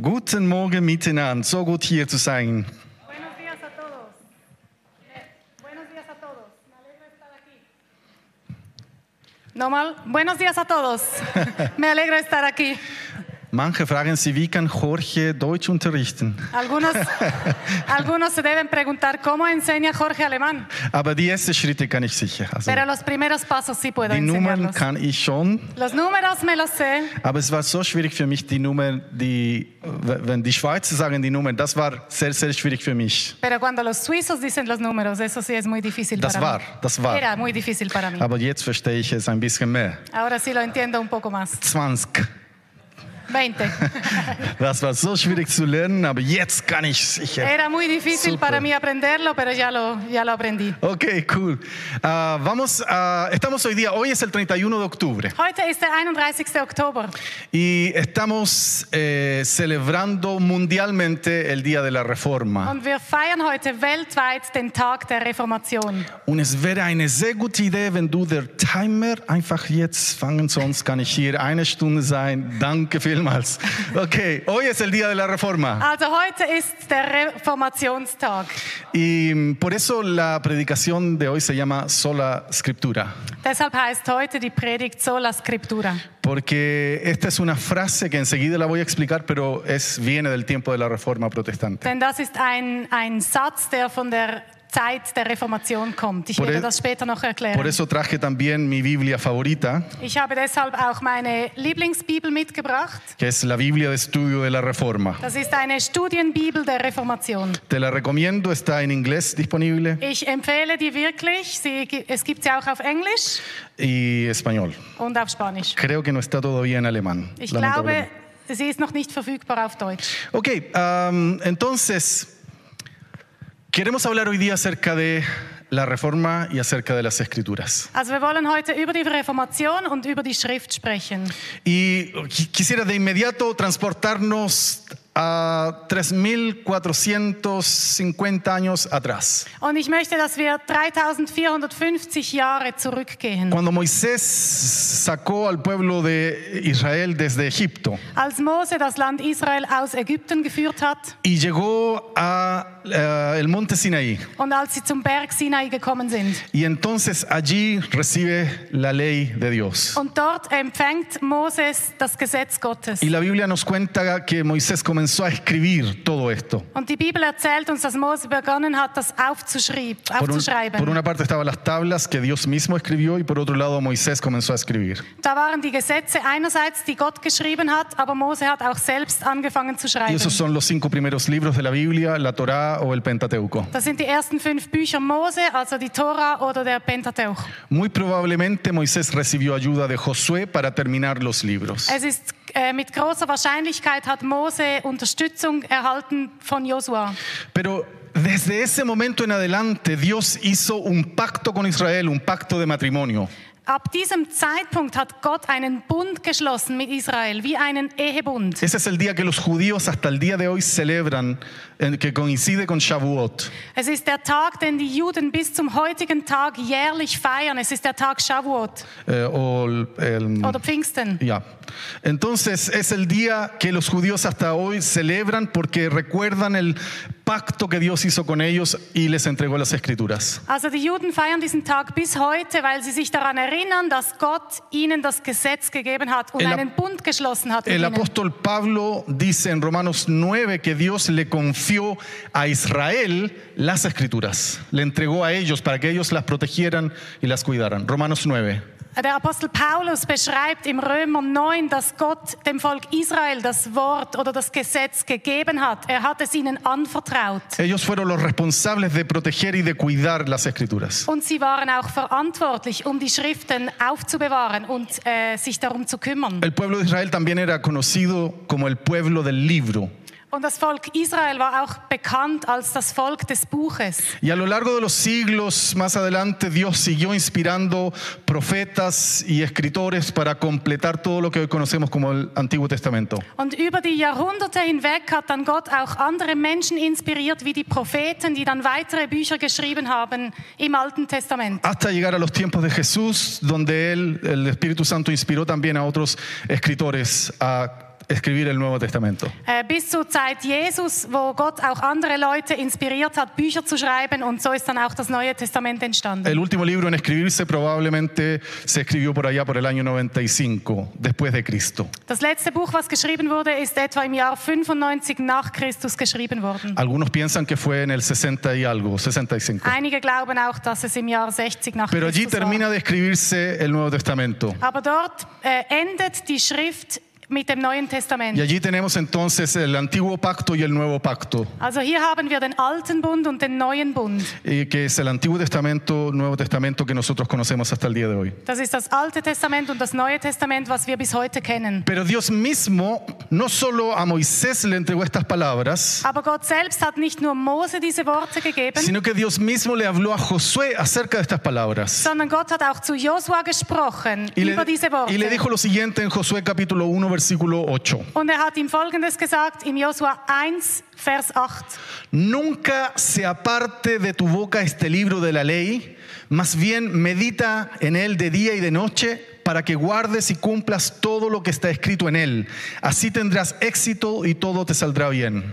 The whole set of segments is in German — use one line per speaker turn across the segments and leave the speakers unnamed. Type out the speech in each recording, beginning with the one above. Guten Morgen miteinander. So gut hier zu sein.
Buenos días a todos. Eh, Buenos días a todos. Me alegro de estar aquí. Nochmal, buenos días a todos. Me alegro de estar aquí.
Manche fragen sich, wie kann Jorge Deutsch unterrichten?
Algunos, algunos se deben preguntar cómo enseña Jorge alemán,
Aber die ersten Schritte kann ich sicher. Also
pero los primeros pasos sí puedo
die Nummern
enseñarlos.
kann ich schon,
Los números me los sé,
aber es war so schwierig für mich, die Nummer, die, wenn die Schweizer sagen die Nummer, das war sehr, sehr schwierig für mich.
pero cuando los suizos dicen los números, eso sí es muy difícil
Das
para
war,
mí.
das war.
Era muy difícil para mí.
Aber jetzt verstehe ich es ein bisschen mehr.
Ahora sí lo entiendo un poco más.
20.
20.
Das war so schwierig zu lernen, aber jetzt kann ich sicher.
Era muy difícil
Súper.
para mí aprenderlo, pero ya lo, ya lo aprendí.
Okay, cool. Ah, vamos, ah, estamos hoy día, hoy es el 31 de octubre
Heute ist der 31. Oktober
y estamos eh, celebrando mundialmente el Día de la Reforma.
und wir feiern heute weltweit den Tag der Reformation.
Und es wäre eine sehr gute Idee, wenn du der Timer einfach jetzt fangen, sonst kann ich hier eine Stunde sein. Danke vielmals. Okay, hoy es el Día de la Reforma.
Also heute ist der Reformationstag.
Y mm, por eso la predicación de hoy se llama Sola Scriptura.
Deshalb heißt heute die Predigt Sola Scriptura.
Porque esta es una frase que enseguida la voy a explicar, pero es, viene del tiempo de la Reforma Protestante.
Denn das ist ein, ein Satz, der von der Zeit der Reformation kommt. Ich
Por
werde
e-
das später noch
Por
erklären.
eso traje también mi Biblia favorita,
Ich habe deshalb auch meine Lieblingsbibel mitgebracht.
que es la Biblia de Estudio de la Reforma.
Das ist eine Studienbibel der Reformation.
Te la recomiendo, está en inglés disponible
Ich empfehle die wirklich. Sie, gi- es gibt sie auch auf Englisch
y español.
und auf Spanisch.
Creo que no está todavía en alemán.
Ich glaube,
lamentablemente.
sie ist noch nicht verfügbar auf Deutsch.
Ok, am, entonces, queremos hablar hoy día acerca de la reforma y acerca de las escrituras.
Also wir wollen heute über die Reformation und über die Schrift sprechen.
Y qui- quisiera de inmediato transportarnos a 3.450 años atrás,
Und ich möchte, dass wir 3450 Jahre zurückgehen.
cuando Moisés sacó al pueblo de Israel desde Egipto
Als Mose das Land Israel aus Ägypten geführt hat
y llegó a eh, el monte Sinaí.
und als sie zum Berg Sinai gekommen sind.
Y entonces allí recibe la ley de Dios.
Und dort empfängt Moses das Gesetz Gottes.
Y la Biblia nos cuenta que Moisés comenzó a escribir todo esto.
Und die Bibel erzählt uns, dass Mose begonnen hat, das aufzuschrieb-
Por, un- por
aufzuschreiben.
una parte estaban las tablas que Dios mismo escribió y por otro lado Moisés comenzó a escribir.
Da waren die Gesetze einerseits, die Gott geschrieben hat, aber Mose hat auch selbst angefangen zu
Y
schreiben.
esos son los cinco primeros libros de la Biblia, la Torá o el Pentateuco.
Das sind die ersten fünf Bücher Mose, also die Tora oder der Pentateuch.
Muy probablemente Moisés recibió ayuda de Josué para terminar los libros.
Es ist äh, mit großer Wahrscheinlichkeit hat Mose Unterstützung erhalten von Josua.
Pero desde ese momento en adelante Dios hizo un pacto con Israel, un pacto de matrimonio.
Ab diesem Zeitpunkt hat Gott einen Bund geschlossen mit Israel, wie einen Ehebund.
Ese es el día que los judíos hasta el día de hoy celebran, en- que coincide con Shavuot.
Es ist der Tag, den die Juden bis zum heutigen Tag jährlich feiern. Es ist der Tag Shavuot
Eh, o el- el-
oder Pfingsten.
Ya. Entonces es el día que los judíos hasta hoy celebran porque recuerdan el pacto que Dios hizo con ellos y les entregó las escrituras.
Also die Juden feiern diesen Tag bis heute, weil sie sich daran erinnern, dass Gott ihnen das Gesetz gegeben hat und
El Ap-
einen Bund geschlossen hat mit
El
ihnen.
apóstol Pablo dice en Romanos 9 que Dios le confió a Israel las escrituras, le entregó a ellos para que ellos las protegieran y las cuidaran. Romanos 9.
Der Apostel Paulus beschreibt im Römer 9, dass Gott dem Volk Israel das Wort oder das Gesetz gegeben hat. Er hat es ihnen anvertraut.
Ellos fueron los responsables de proteger y de cuidar las escrituras.
Und sie waren auch verantwortlich, um die Schriften aufzubewahren und äh, sich darum zu kümmern.
El pueblo de Israel también era conocido como el pueblo del libro.
Und das Volk Israel war auch bekannt als das Volk des Buches.
Y a lo largo de los siglos más adelante Dios siguió inspirando profetas y escritores para completar todo lo que hoy conocemos como el Antiguo Testamento.
Und über die Jahrhunderte hinweg hat dann Gott auch andere Menschen inspiriert, wie die Propheten, die dann weitere Bücher geschrieben haben im Alten Testament.
Hasta llegar a los tiempos de Jesús, donde él, el Espíritu Santo inspiró también a otros escritores a escribir el Nuevo Testamento.
Äh, bis zur Zeit Jesus, wo Gott auch andere Leute inspiriert hat, Bücher zu schreiben und so ist dann auch das Neue Testament entstanden.
El último libro en escribirse probablemente se escribió por allá por el año 95, después de Cristo.
Das letzte Buch, was geschrieben wurde, ist etwa im Jahr 95 nach Christus geschrieben worden.
Algunos piensan que fue en el 60 y algo, 65.
Einige glauben auch, dass es im Jahr 60 nach
Pero allí
Christus
termina
war.
de escribirse el Nuevo Testamento.
Aber dort äh, endet die Schrift mit dem Neuen Testament.
Y allí tenemos entonces el antiguo pacto y el nuevo pacto,
Also hier haben wir den alten Bund und den neuen Bund.
eh, que es el antiguo testamento, nuevo testamento que nosotros conocemos hasta el día de hoy.
Das ist das Alte Testament und das Neue Testament, was wir bis heute kennen.
Pero Dios mismo no solo a Moisés le entregó estas palabras,
Aber Gott selbst hat nicht nur Mose diese Worte gegeben,
sino que Dios mismo le habló a Josué acerca de estas palabras.
sondern Gott hat auch zu Josua gesprochen
Y le,
über diese Worte.
y le dijo lo siguiente en Josué capítulo 1, versículo 8.
Und er hat ihm Folgendes gesagt im Josua 1, Vers 8.
Nunca se aparte de tu boca este libro de la ley, más bien medita en él de día y de noche para que guardes y cumplas todo lo que está escrito en él. Así tendrás éxito y todo te saldrá bien.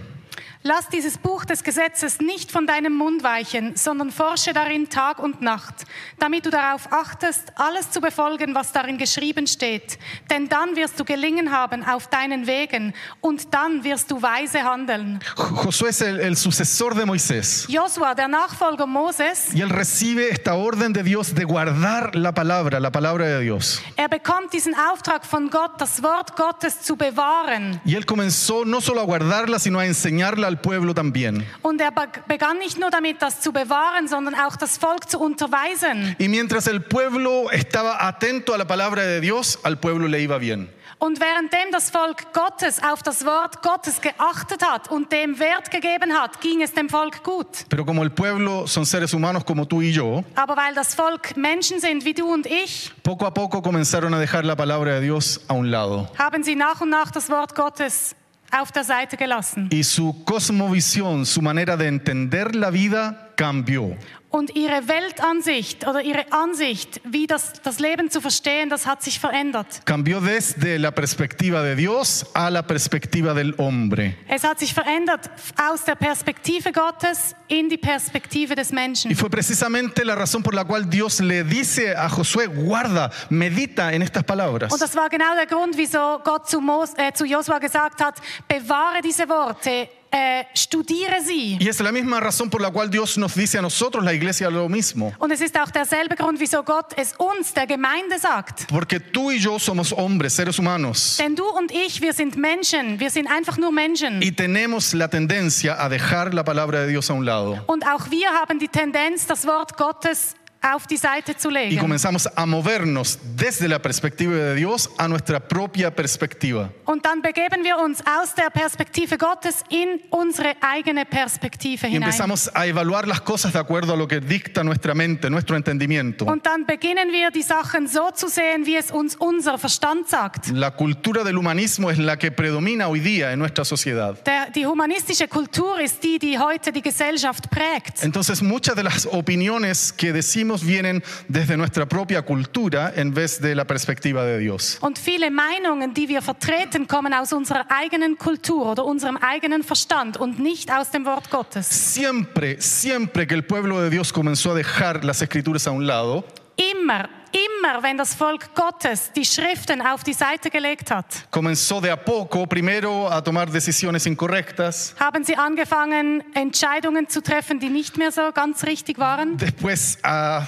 Lass dieses Buch des Gesetzes nicht von deinem Mund weichen, sondern forsche darin Tag und Nacht, damit du darauf achtest, alles zu befolgen, was darin geschrieben steht. Denn dann wirst du gelingen haben auf deinen Wegen und dann wirst du weise handeln.
Jo- Josué es el, el sucesor de Moisés
Josua, der Nachfolger Moses,
y él recibe esta orden de Dios de guardar la palabra, la palabra de Dios.
er bekommt diesen Auftrag von Gott, das Wort Gottes zu bewahren.
Y él comenzó no solo a guardarla, sino a enseñarla al pueblo también.
Und er be- begann nicht nur damit, das zu bewahren, sondern auch das Volk zu unterweisen.
Y mientras el pueblo estaba atento a la palabra de Dios, al pueblo le iba bien.
Und währenddem das Volk Gottes auf das Wort Gottes geachtet hat und dem Wert gegeben hat, ging es dem Volk gut.
Pero como el pueblo son seres humanos como tú y yo,
Aber weil das Volk Menschen sind wie du und ich,
poco a poco comenzaron a dejar la palabra de Dios a un lado.
haben sie nach und nach das Wort Gottes auf der Seite gelassen.
Y su cosmovisión, su manera de entender la vida cambió.
Und ihre Weltansicht oder ihre Ansicht, wie das, das Leben zu verstehen, das hat sich verändert.
Cambió desde la perspectiva de Dios a la perspectiva del hombre.
Es hat sich verändert aus der Perspektive Gottes in die Perspektive des
Y
Menschen.
fue precisamente la razón por la cual Dios le dice a Josué, guarda, medita en estas palabras.
Und das war genau der Grund, wieso Gott zu, Mos, äh, zu Josua gesagt hat, bewahre diese Worte, äh, studiere sie.
Y es la misma razón por la cual Dios nos dice a nosotros, la iglesia, lo mismo.
Und es ist auch derselbe Grund, wieso Gott es uns, der Gemeinde, sagt.
Porque tú y yo somos hombres, seres humanos.
Denn du und ich, wir sind Menschen, wir sind einfach nur Menschen.
Y tenemos la tendencia a dejar la palabra de Dios a un lado.
Und auch wir haben die Tendenz, das Wort Gottes auf die Seite zu
Y
legen.
comenzamos a movernos desde la perspectiva de Dios a nuestra propia perspectiva.
Und dann begeben wir uns aus der Perspektive Gottes in unsere eigene Perspektive
Y
hinein.
empezamos a evaluar las cosas de acuerdo a lo que dicta nuestra mente, nuestro entendimiento.
Und dann beginnen wir, die Sachen so zu sehen, wie es uns unser Verstand sagt.
La cultura del humanismo es la que predomina hoy día en nuestra sociedad.
Der, die humanistische Kultur ist die, die heute die Gesellschaft prägt.
Entonces muchas de las opiniones que decimos vienen desde nuestra propia cultura en vez de la perspectiva de Dios.
Und viele Meinungen, die wir vertreten, kommen aus unserer eigenen Kultur oder unserem eigenen Verstand und nicht aus dem Wort Gottes.
Siempre, siempre que el pueblo de Dios comenzó a dejar las escrituras a un lado,
Immer, immer, wenn das Volk Gottes die Schriften auf die Seite gelegt hat,
comenzó de a poco primero a tomar decisiones incorrectas,
haben sie angefangen, Entscheidungen zu treffen, die nicht mehr so ganz richtig waren.
después a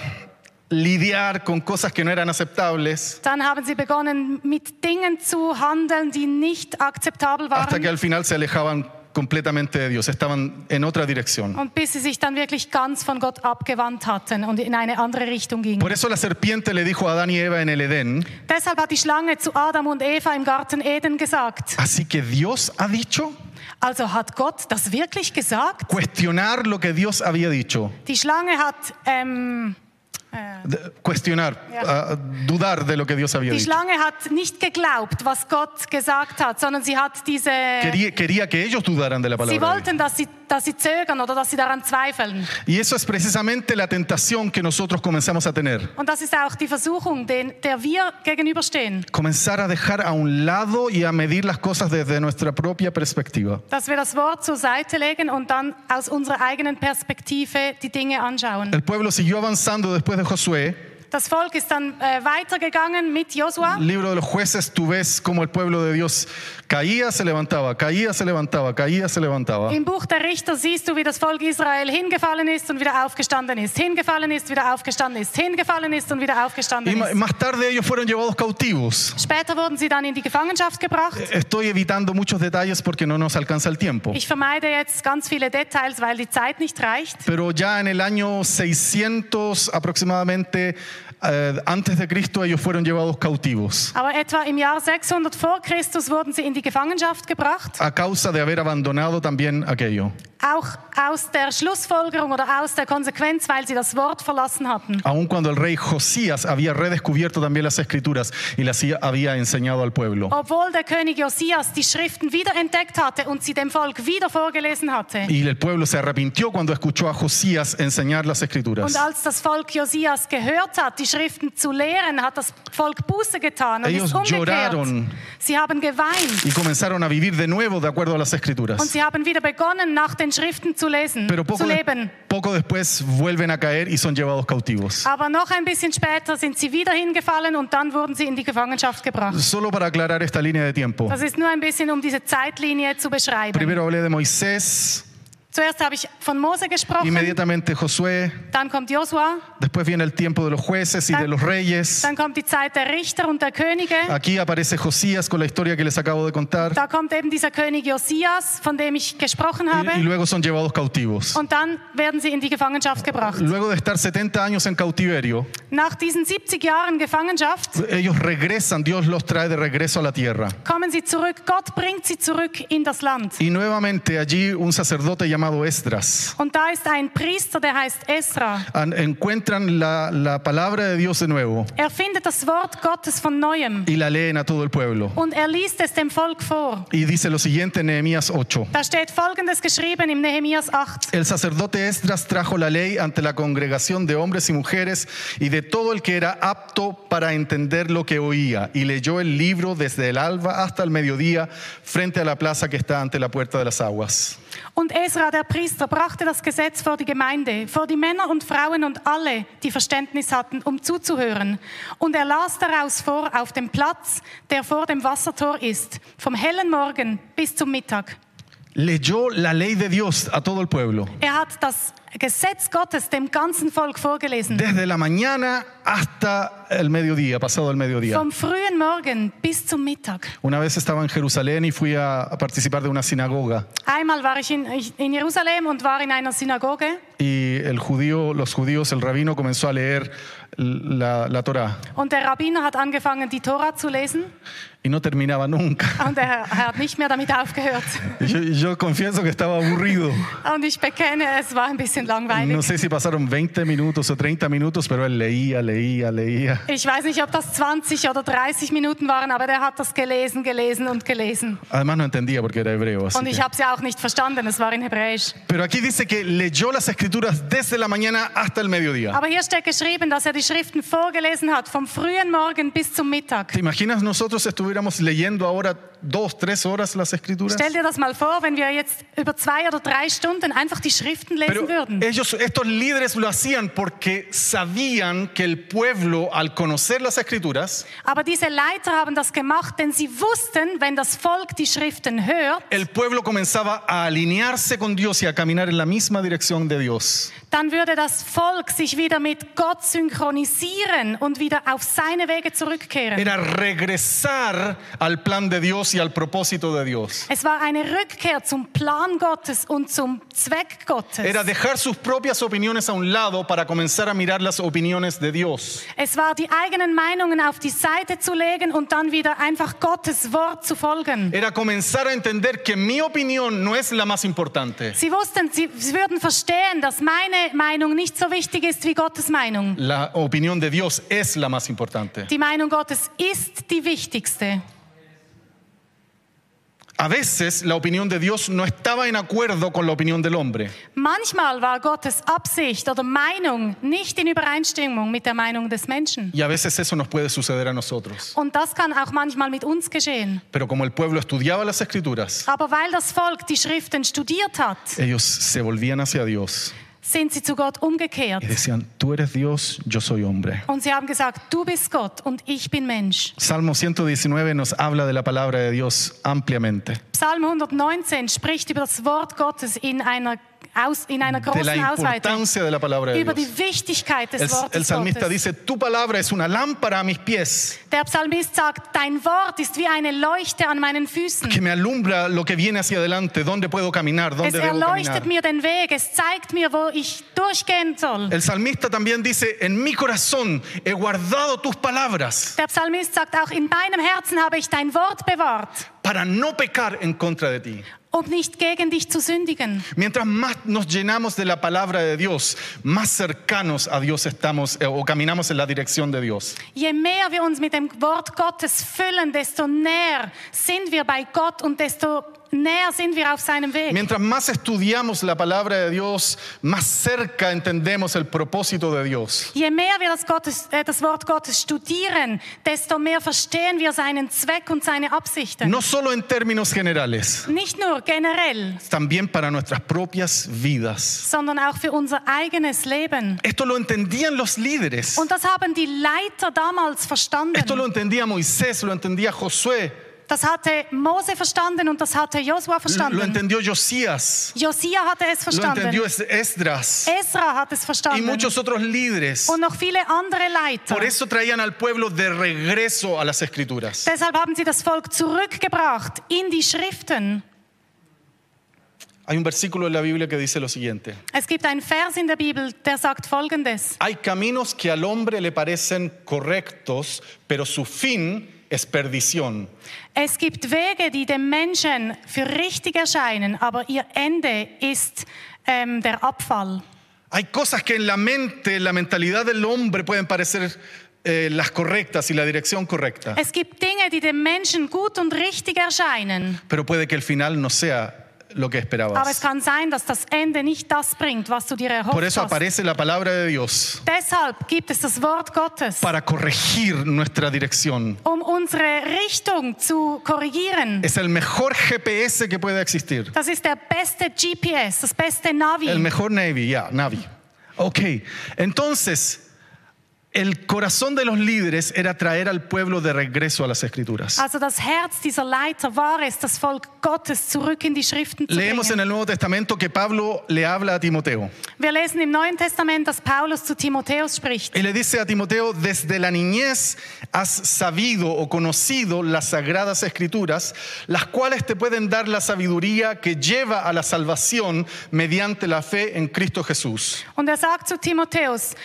lidiar con cosas que no eran aceptables,
Dann haben sie begonnen, mit Dingen zu handeln, die nicht akzeptabel
hasta que
waren.
al final se alejaban completamente de Dios, estaban en otra dirección.
Und bis sie sich dann wirklich ganz von Gott abgewandt hatten und in eine andere Richtung gingen.
Por eso la serpiente le dijo a Adán y Eva en el Edén,
Deshalb hat die Schlange zu Adam und Eva im Garten Eden gesagt.
así que Dios ha dicho,
Also hat Gott das wirklich gesagt?
cuestionar lo que Dios había dicho,
Die Schlange hat, ähm,
De- cuestionar,
Ya.
ah, dudar de lo que Dios había
die
dicho.
Schlange hat nicht geglaubt, was Gott gesagt hat, sondern sie hat diese.
Quería, quería que ellos dudaran de la
Sie
palabra. de Dios.
wollten, dass sie dass sie zögern oder dass sie daran zweifeln.
Y eso es precisamente la tentación que nosotros comenzamos a tener.
Und das ist auch die Versuchung, den, der wir gegenüberstehen.
Comenzar a dejar a un lado y a medir las cosas desde nuestra propia perspectiva.
Dass wir das Wort zur Seite legen und dann aus unserer eigenen Perspektive die Dinge anschauen.
El pueblo siguió avanzando después de Josué.
Das Volk ist dann äh, weitergegangen mit Josua.
Libro de los jueces, tú ves cómo el pueblo de Dios caía, se levantaba, caía, se levantaba, caía, se levantaba.
Im Buch der Richter siehst du, wie das Volk Israel hingefallen ist und wieder aufgestanden ist, hingefallen ist, wieder aufgestanden ist, hingefallen ist und wieder
Y
aufgestanden
ma-
ist.
más tarde ellos fueron llevados cautivos.
Später wurden sie dann in die Gefangenschaft gebracht.
Estoy evitando muchos detalles porque no nos alcanza el tiempo.
Ich vermeide jetzt ganz viele Details, weil die Zeit nicht reicht.
Pero ya en el año 600 aproximadamente eh, antes de Cristo ellos fueron llevados cautivos
Aber etwa im Jahr 600 vor Christus wurden sie in die Gefangenschaft gebracht.
a causa de haber abandonado también aquello.
Auch aus der Schlussfolgerung oder aus der Konsequenz, weil sie das Wort verlassen hatten.
Aun cuando el rey Josías había redescubierto también las escrituras y las i- había enseñado al pueblo.
Obwohl der König Josias die Schriften wiederentdeckt hatte und sie dem Volk wieder vorgelesen hatte.
Y el pueblo se arrepintió cuando escuchó a Josías enseñar las escrituras.
Und als das Volk Josias gehört hat, die Schriften zu lehren, hat das Volk Buße getan und
Ellos
ist umgekehrt.
lloraron.
Sie haben geweint
Y comenzaron a vivir de nuevo de acuerdo a las
und
escrituras.
sie haben wieder begonnen, nach den Schriften zu lesen,
Pero poco,
zu
de-
leben.
poco después vuelven a caer y son llevados cautivos.
Aber noch ein bisschen später sind sie wieder hingefallen und dann wurden sie in die Gefangenschaft gebracht.
Solo para aclarar esta línea de tiempo.
Das ist nur ein bisschen, um diese Zeitlinie zu beschreiben.
Primero hablé de Moisés,
Zuerst habe ich von Mose gesprochen,
inmediatamente Josué,
dann kommt Josua,
después viene el tiempo de los jueces y de los reyes.
dann kommt die Zeit der Richter und der Könige.
Aquí aparece Josías con la historia que les acabo de contar
Da kommt eben dieser König Josias, von dem ich gesprochen
y- y
habe.
luego son llevados cautivos.
Und dann werden sie in die Gefangenschaft gebracht.
Luego de estar 70 años en cautiverio,
Nach diesen 70 Jahren Gefangenschaft
ellos regresan, Dios los trae de regreso a la tierra.
kommen sie zurück. Gott bringt sie zurück in das Land.
Y nuevamente allí un sacerdote llamado Esdras.
Und da ist ein Priester, der heißt Esra.
An- Encuentran la, la palabra de Dios de nuevo
Er findet das Wort Gottes von neuem
y la leen a todo el pueblo.
und er liest es dem Volk vor.
Y dice lo siguiente en Nehemías 8.
Da steht Folgendes geschrieben im Nehemias 8.
El sacerdote Esdras trajo la ley ante la congregación de hombres y mujeres y de todo el que era apto para entender lo que oía, y leyó el libro desde el alba hasta el mediodía frente a la plaza que está ante la puerta de las aguas.
Und Esra, der Priester, brachte das Gesetz vor die Gemeinde, vor die Männer und Frauen und alle, die Verständnis hatten, um zuzuhören. Und er las daraus vor auf dem Platz, der vor dem Wassertor ist, vom hellen Morgen bis zum Mittag.
Leyó la ley de Dios a todo el pueblo,
Er hat das Gesetz Gottes dem ganzen Volk vorgelesen.
desde la mañana hasta el mediodía, pasado el mediodía.
Vom frühen Morgen bis zum Mittag.
Una vez estaba en Jerusalén y fui a a participar de una sinagoga
Einmal war ich in, in Jerusalem und war in einer Synagoge
y el judío, los judíos, el rabino comenzó a leer la, la Torá
und der Rabbiner hat angefangen, die Tora zu lesen
y no terminaba nunca.
und er, er hat nicht mehr damit aufgehört.
Yo, yo confieso que estaba aburrido.
Und ich bekenne, es war ein bisschen
No
langweilig.
sé si pasaron 20 minutos o 30 minutos, pero él leía, leía, leía.
Ich weiß nicht, ob das 20 oder 30 Minuten waren, aber der hat das gelesen, gelesen und gelesen.
Además no entendía porque era hebreo. así
Und
que-
ich habe es ja auch nicht verstanden, es war in Hebräisch.
Pero aquí dice que leyó las escrituras desde la mañana hasta el mediodía.
Aber hier steht geschrieben, dass er die Schriften vorgelesen hat, vom frühen Morgen bis zum Mittag.
¿Te imaginas nosotros estuviéramos leyendo ahora dos, tres horas las escrituras?
Stell dir das mal vor, wenn wir jetzt über zwei oder drei Stunden einfach die Schriften
Pero eh.
lesen würden.
ellos, estos líderes lo hacían porque sabían que el pueblo, al conocer las escrituras,
Aber diese Leiter haben das gemacht, denn sie wussten, wenn das Volk die Schriften hört,
el pueblo comenzaba a alinearse con Dios y a caminar en la misma dirección de Dios.
dann würde das Volk sich wieder mit Gott synchronisieren und wieder auf seine Wege zurückkehren.
era regresar al plan de Dios y al propósito de Dios.
Es war eine Rückkehr zum Plan Gottes und zum Zweck Gottes.
Era dejar sus propias opiniones a un lado para comenzar a mirar las opiniones de Dios.
Es war die eigenen Meinungen auf die Seite zu legen und dann wieder einfach Gottes Wort zu folgen.
Era comenzar a entender que mi opinión no es la más importante.
Sie wussten, sie, sie würden verstehen, dass meine Meinung nicht so wichtig ist wie Gottes Meinung.
La opinión de Dios es la más importante.
Die Meinung Gottes ist die wichtigste.
A veces la opinión de Dios no estaba en acuerdo con la opinión del hombre.
Manchmal war Gottes Absicht oder Meinung nicht in Übereinstimmung mit der Meinung des Menschen.
Y a veces eso nos puede suceder a nosotros.
Und das kann auch manchmal mit uns geschehen.
Pero como el pueblo estudiaba las escrituras,
Aber weil das Volk die Schriften studiert hat,
ellos se volvían hacia Dios
sind sie zu Gott umgekehrt.
y decían, tú eres Dios, yo soy hombre.
Und sie haben gesagt, du bist Gott und ich bin Mensch.
Salmo 119 nos habla de la palabra de Dios ampliamente,
Psalm 119 spricht über das Wort Gottes in einer, aus, in einer
de la
großen Ausweitung,
importancia de la palabra de
über
Dios.
die Wichtigkeit des
El, el
Wortes
salmista
Gottes.
dice, tu palabra es una lámpara a mis pies
Der Psalmist sagt, dein Wort ist wie eine Leuchte an meinen Füßen.
que me alumbra lo que viene hacia adelante, dónde puedo caminar,
Es
dónde debo
erleuchtet
caminar.
mir den Weg, es zeigt mir, wo ich durchgehen soll.
El salmista también dice, en mi corazón he guardado tus palabras
Der Psalmist sagt auch, in meinem Herzen habe ich dein Wort bewahrt,
para no pecar en contra de ti.
um nicht gegen dich zu sündigen.
Mientras más nos llenamos de la palabra de Dios, más cercanos a Dios estamos eh, o caminamos en la dirección de Dios.
Je mehr wir uns mit dem Wort Gottes füllen, desto näher sind wir bei Gott und desto näher sind wir auf seinem Weg.
Mientras más estudiamos la palabra de Dios, más cerca entendemos el propósito de Dios.
Je mehr wir das, Gottes, äh, das Wort Gottes studieren, desto mehr verstehen wir seinen Zweck und seine Absichten.
No solo en términos generales,
Nicht nur generell,
también para nuestras propias vidas.
sondern auch für unser eigenes Leben.
Esto lo entendían los líderes.
Und das haben die Leiter damals
Esto lo
verstanden.
entendía Moisés, lo entendía Josué,
Das hatte Mose verstanden und das hatte Josua
lo
verstanden.
entendió Josías,
Josia hatte es
lo entendió
verstanden.
Es- Esdras
Esra hat es
y
verstanden.
muchos otros líderes.
Und noch viele andere Leiter.
Por eso traían al pueblo de regreso a las escrituras.
Deshalb haben sie das Volk zurückgebracht in die Schriften.
Hay un versículo en la Biblia que dice lo siguiente.
Es gibt einen Vers in der Bibel, der sagt Folgendes.
Hay caminos que al hombre le parecen correctos, pero su fin es perdición.
Es gibt Wege, die dem Menschen für richtig erscheinen, aber ihr Ende ist ähm, der Abfall.
Hay cosas que en la mente, en la mentalidad del hombre pueden parecer eh, las correctas y la dirección correcta,
Es gibt Dinge, die dem Menschen gut und richtig erscheinen,
pero puede que el final no sea lo que
aber es
esperabas.
kann sein, dass das Ende nicht das bringt, was du dir
Por
erhofft
eso
hast.
aparece la palabra de Dios
Deshalb gibt es das Wort Gottes,
para corregir nuestra dirección.
um unsere Richtung zu korrigieren.
Es el mejor GPS que pueda existir.
Das ist der beste GPS, das beste Navi.
El mejor Navy, ya, Navy. Ok, entonces, el corazón de los líderes era traer al pueblo de regreso a las escrituras.
Also das Herz dieser Leiter war es, das Volk Gottes zurück in die Schriften zu
Leemos en
bringen.
el Nuevo Testamento que Pablo le habla a Timoteo
Wir lesen im Neuen Testament, dass Paulus zu Timotheus spricht.
y le dice a Timoteo, desde la niñez has sabido o conocido las sagradas escrituras, las cuales te pueden dar la sabiduría que lleva a la salvación mediante la fe en Cristo Jesús.
Und er sagt zu Timotheus,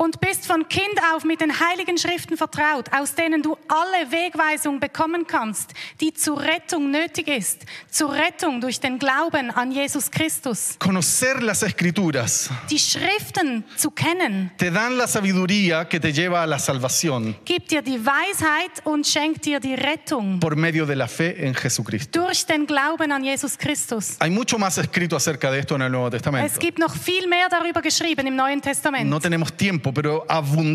und bist von Kind auf mit den heiligen Schriften vertraut, aus denen du alle Wegweisung bekommen kannst, die zur Rettung nötig ist, zur Rettung durch den Glauben an Jesus Christus.
Conocer las escrituras
Die Schriften zu kennen,
te dan la sabiduría que te lleva a la salvación.
gibt dir die Weisheit und schenkt dir die Rettung
por medio de la fe en Jesucristo.
durch den Glauben an Jesus Christus.
Hay mucho más escrito acerca de esto en el Nuevo
Es
Testamento.
gibt noch viel mehr darüber geschrieben im Neuen Testament.
No tenemos tiempo, pero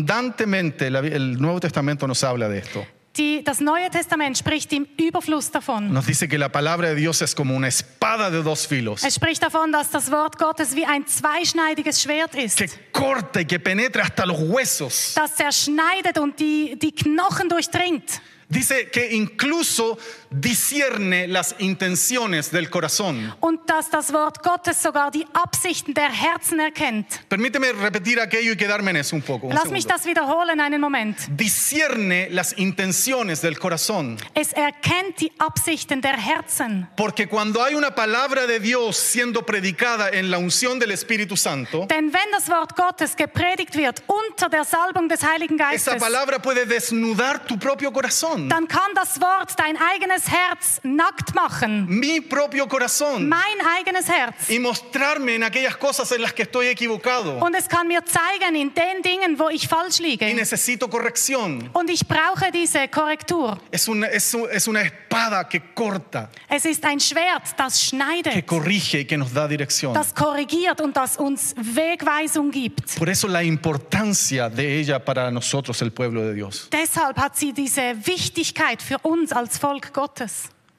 abundantemente la- el Nuevo Testamento nos habla de esto.
Die, das Neue Testament spricht im Überfluss davon.
Nos dice que la palabra de Dios es como una espada de dos filos,
Es spricht davon, dass das Wort Gottes wie ein zweischneidiges Schwert ist,
que corta y que penetra hasta los huesos.
das zerschneidet und die, die Knochen durchdringt.
Dice que incluso discierne las intenciones del corazón.
Und dass das Wort Gottes sogar die Absichten der Herzen erkennt.
Permíteme repetir aquello y quedarme en eso un poco. un
Lass mich
segundo.
das wiederholen einen Moment.
Discierne las intenciones del corazón.
Es erkennt die Absichten der Herzen.
Porque cuando hay una palabra de Dios siendo predicada en la unción del Espíritu Santo,
Denn wenn das Wort Gottes gepredigt wird unter der Salbung des Heiligen
esa
Geistes,
palabra puede desnudar tu propio corazón
dann kann das Wort dein eigenes eigenes Herz nackt machen.
mi propio corazón
Mein eigenes Herz.
y mostrarme en aquellas cosas en las que estoy equivocado
Und es kann mir zeigen in den Dingen, wo ich falsch
y
liege.
necesito corrección.
Und ich brauche diese Korrektur.
Es una, es un- es una espada que corta,
Es ist ein Schwert, das
que
schneidet,
corrige y que nos da dirección.
das korrigiert und das uns Wegweisung gibt.
Por eso la importancia de ella para nosotros, el pueblo de Dios.
Deshalb hat sie diese Wichtigkeit für uns als Volk Gottes.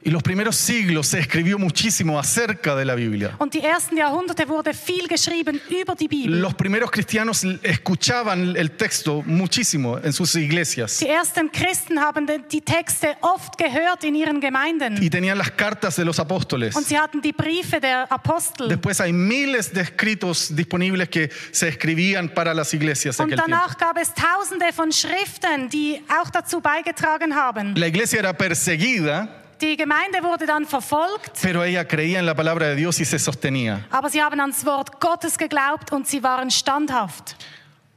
Y los primeros siglos se escribió muchísimo acerca de la Biblia.
Und die ersten Jahrhunderte wurde viel geschrieben über die Bibel.
Los primeros cristianos l- escuchaban el texto muchísimo en sus iglesias
Die ersten Christen haben de- die Texte oft gehört in ihren Gemeinden
y tenían las cartas de los apóstoles.
und sie hatten die Briefe der Apostel.
Después hay miles de escritos disponibles que se escribían para las iglesias en
Und
aquel tiempo.
danach gab es tausende von Schriften, die auch dazu beigetragen haben.
La iglesia era perseguida,
Die Gemeinde wurde dann verfolgt,
pero ella creía en la palabra de Dios y se sostenía.
aber sie haben ans Wort Gottes geglaubt und sie waren standhaft.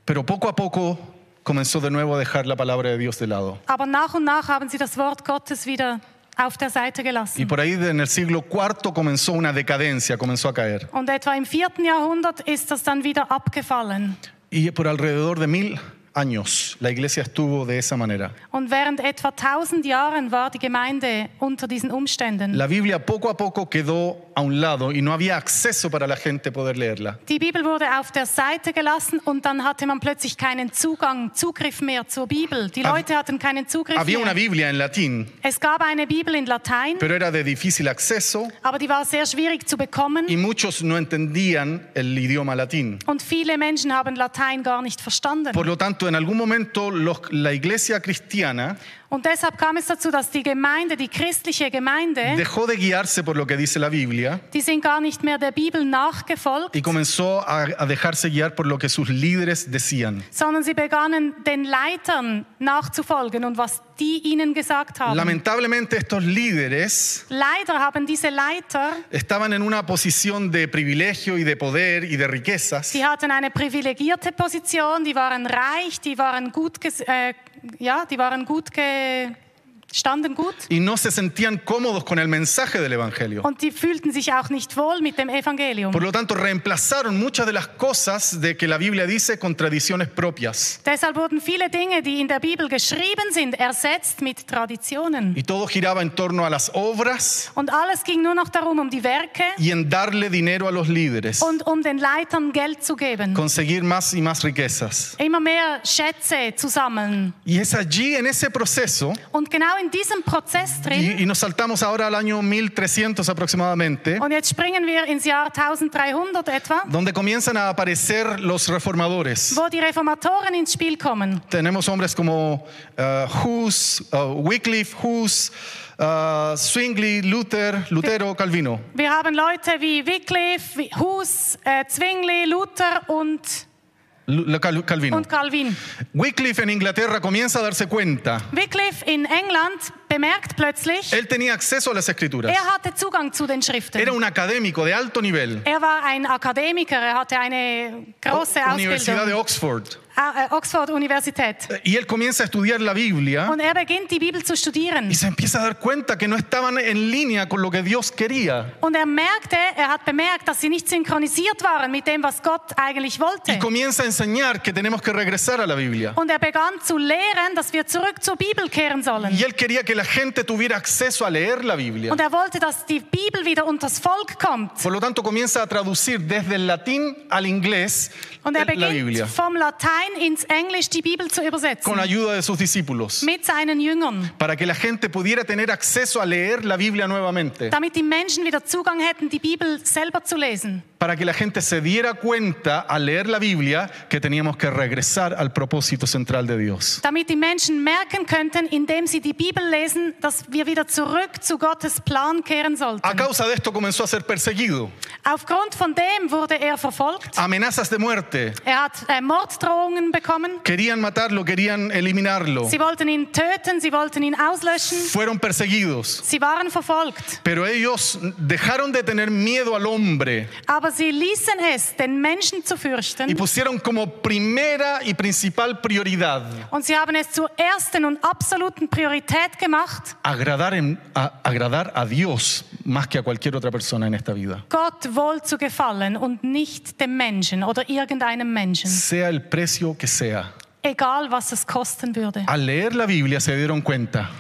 Pero poco a poco comenzó de nuevo a dejar la palabra de Dios de lado.
Aber nach und nach haben sie das Wort Gottes wieder auf der Seite
Y
gelassen.
por ahí en el siglo IV comenzó una decadencia, comenzó a caer.
Und etwa im vierten Jahrhundert ist das dann wieder abgefallen.
Y por alrededor de mil años la iglesia estuvo de esa manera.
Und während etwa 1000 Jahren war die Gemeinde unter diesen Umständen.
La Biblia poco a poco quedó a un lado y no había acceso para la gente poder leerla.
Die Bibel wurde auf der Seite gelassen und dann hatte man plötzlich keinen Zugang, Zugriff mehr zur Bibel. Die
Hab-
Leute hatten keinen Zugriff
Había una
mehr.
Biblia en latín,
Es gab eine Bibel in Latein,
pero era de difícil acceso
aber die war sehr schwierig zu
y
bekommen
muchos no entendían el idioma latín.
und viele Menschen haben Latein gar nicht verstanden.
Por lo tanto, en algún momento los- la iglesia cristiana
Und deshalb kam es dazu, dass die Gemeinde, die christliche Gemeinde,
dejó de guiarse por lo que dice la Biblia
die sind gar nicht mehr der Bibel nachgefolgt,
y comenzó a, a dejarse guiar por lo que sus líderes decían.
sondern sie begannen den Leitern nachzufolgen und was die ihnen gesagt haben.
Lamentablemente estos líderes
Leider haben diese Leiter,
estaban en una posición de privilegio y de poder y de riquezas.
die hatten eine privilegierte Position, die waren reich, die waren gut, ges- äh, ja, die waren gut ge standen gut
y no se sentían cómodos con el mensaje del Evangelio.
und die fühlten sich auch nicht wohl mit dem Evangelium.
Por lo tanto, reemplazaron muchas de las cosas de que la Biblia dice con tradiciones propias.
Deshalb wurden viele Dinge, die in der Bibel geschrieben sind, ersetzt mit Traditionen.
Y todo giraba en torno a las obras
Und alles ging nur noch darum, um die Werke
y en darle dinero a los líderes,
und um den Leitern Geld zu geben.
conseguir más y más riquezas.
Immer mehr Schätze zu sammeln.
Y es allí, en ese proceso,
Und genau in diesem Prozess drin,
y, y nos saltamos ahora al año 1300 aproximadamente,
und jetzt springen wir ins Jahr 1300 etwa,
donde comienzan a aparecer los reformadores.
wo die Reformatoren ins Spiel kommen.
Tenemos hombres como eh, Hus, eh, Wycliffe, Hus, eh, Zwingli, Luther, Lutero, Calvino.
Wir haben Leute wie Wycliffe, wie Hus, äh, Zwingli, Luther und,
Lu- la- Cal- Calvino.
und Calvin.
Wycliffe en Inglaterra comienza a darse cuenta.
Wycliffe in England bemerkt plötzlich,
Él tenía acceso a las escrituras.
Er hatte Zugang zu den Schriften.
Era un académico de alto nivel.
er war ein Akademiker, er hatte eine große
O- Universidad de
Ausbildung,
Oxford.
Ah, äh, Oxford-Universität.
Eh, Y él comienza a estudiar la Biblia
Und er beginnt, die Bibel zu studieren.
y se empieza a dar cuenta que no estaban en línea con lo que Dios quería.
Und er merkte, er hat bemerkt, dass sie nicht synchronisiert waren mit dem, was Gott eigentlich
Y
wollte.
comienza a enseñar que tenemos que regresar a la Biblia.
Und er begann zu lehren, dass wir zurück zur Bibel kehren sollen.
Y él quería que la gente tuviera acceso a leer la Biblia.
Und er wollte, dass die Bibel wieder unters Volk kommt.
Por lo tanto, comienza a traducir desde el latín al inglés
Und er
la
beginnt,
Biblia,
vom Latein ins Englisch die Bibel zu
con
übersetzen.
ayuda de sus discípulos,
Mit seinen Jüngern.
para que la gente pudiera tener acceso a leer la Biblia nuevamente,
Damit die Menschen wieder Zugang hätten, die Bibel selber zu lesen.
para que la gente se diera cuenta al leer la Biblia que teníamos que regresar al propósito central de Dios.
damit die Menschen merken könnten, indem sie die Bibel lesen, dass wir wieder zurück zu Gottes Plan kehren
A
sollten.
causa de esto comenzó a ser perseguido,
Aufgrund von dem wurde er verfolgt.
amenazas de muerte,
Er hat äh, Morddrohungen bekommen.
querían matarlo, querían eliminarlo,
Sie wollten ihn töten, sie wollten ihn auslöschen.
fueron perseguidos.
Sie waren verfolgt.
Pero ellos dejaron de tener miedo al hombre
Aber Aber sie ließen es, den Menschen zu fürchten.
y pusieron como primera y principal prioridad
Und sie haben es zur ersten und absoluten Priorität gemacht,
agradar, en- a, agradar a Dios más que a cualquier otra persona en esta vida.
Gott wohl zu gefallen und nicht dem Menschen oder irgendeinem Menschen,
Sea el precio que sea.
egal was es kosten würde.
Al leer la Biblia se dieron cuenta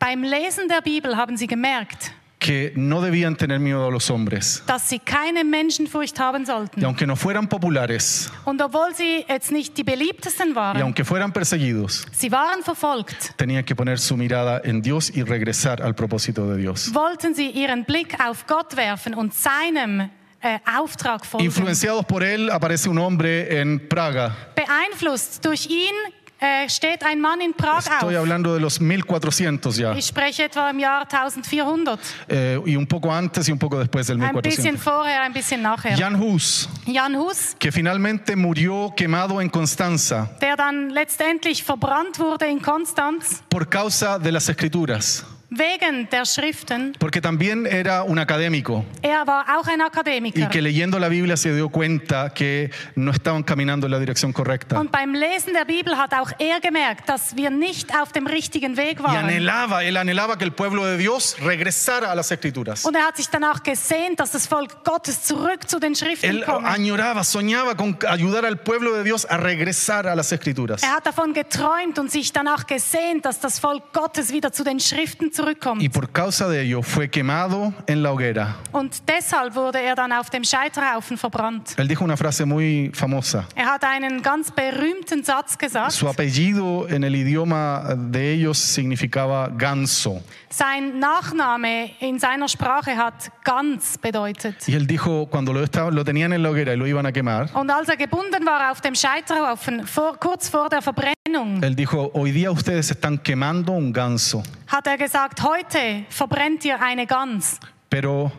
Beim Lesen der Bibel haben sie gemerkt,
que no debían tener miedo a los hombres.
dass sie keine Menschenfurcht haben
Y
sollten.
aunque no fueran populares,
Und obwohl sie jetzt nicht die beliebtesten
y
waren,
aunque fueran perseguidos,
sie waren verfolgt,
tenían que poner su mirada en Dios y regresar al propósito de Dios.
wollten sie ihren Blick auf Gott werfen und seinem äh, Auftrag folgen.
Influenciados por él, aparece un hombre en Praga.
Beeinflusst durch ihn äh, steht ein Mann in Prag
Estoy
auf.
hablando de los 1400 ya,
Ich spreche etwa im Jahr 1400.
eh, y un poco antes y un poco después del
Ein bisschen
1400.
vorher, ein bisschen nachher.
Jan Hus,
Jan Hus,
que finalmente murió quemado en Constanza
der dann letztendlich verbrannt wurde in Konstanz
por causa de las escrituras,
wegen der Schriften.
porque también era un académico
Er war auch ein
y
Akademiker.
que leyendo la Biblia se dio cuenta que no estaban caminando en la dirección correcta.
Und beim Lesen der Bibel hat auch er gemerkt, dass wir nicht auf dem richtigen Weg
Y
waren.
anhelaba, él anhelaba que el pueblo de Dios regresara a las escrituras.
Und er hat sich danach gesehnt, dass das Volk Gottes zurück zu den Schriften
Él
kommt.
añoraba, soñaba con ayudar al pueblo de Dios a regresar a las escrituras.
Er hat davon geträumt und sich danach gesehnt, dass das Volk Gottes wieder zu den Schriften
Y
zurückkommt.
por causa de ello fue quemado en la hoguera.
Und deshalb wurde er dann auf dem Scheiterhaufen verbrannt.
Él dijo una frase muy famosa.
Er hat einen ganz berühmten Satz gesagt.
Su apellido en el idioma de ellos significaba ganso.
Sein Nachname in seiner Sprache hat ganz bedeutet.
Y él dijo, cuando lo, estaba- lo tenían en la hoguera y lo iban a quemar,
Und als er gebunden war auf dem Scheiterhaufen, vor, kurz vor der Verbrennung,
él dijo, hoy día ustedes están quemando un ganso,
hat er gesagt, heute verbrennt ihr eine Gans,
pero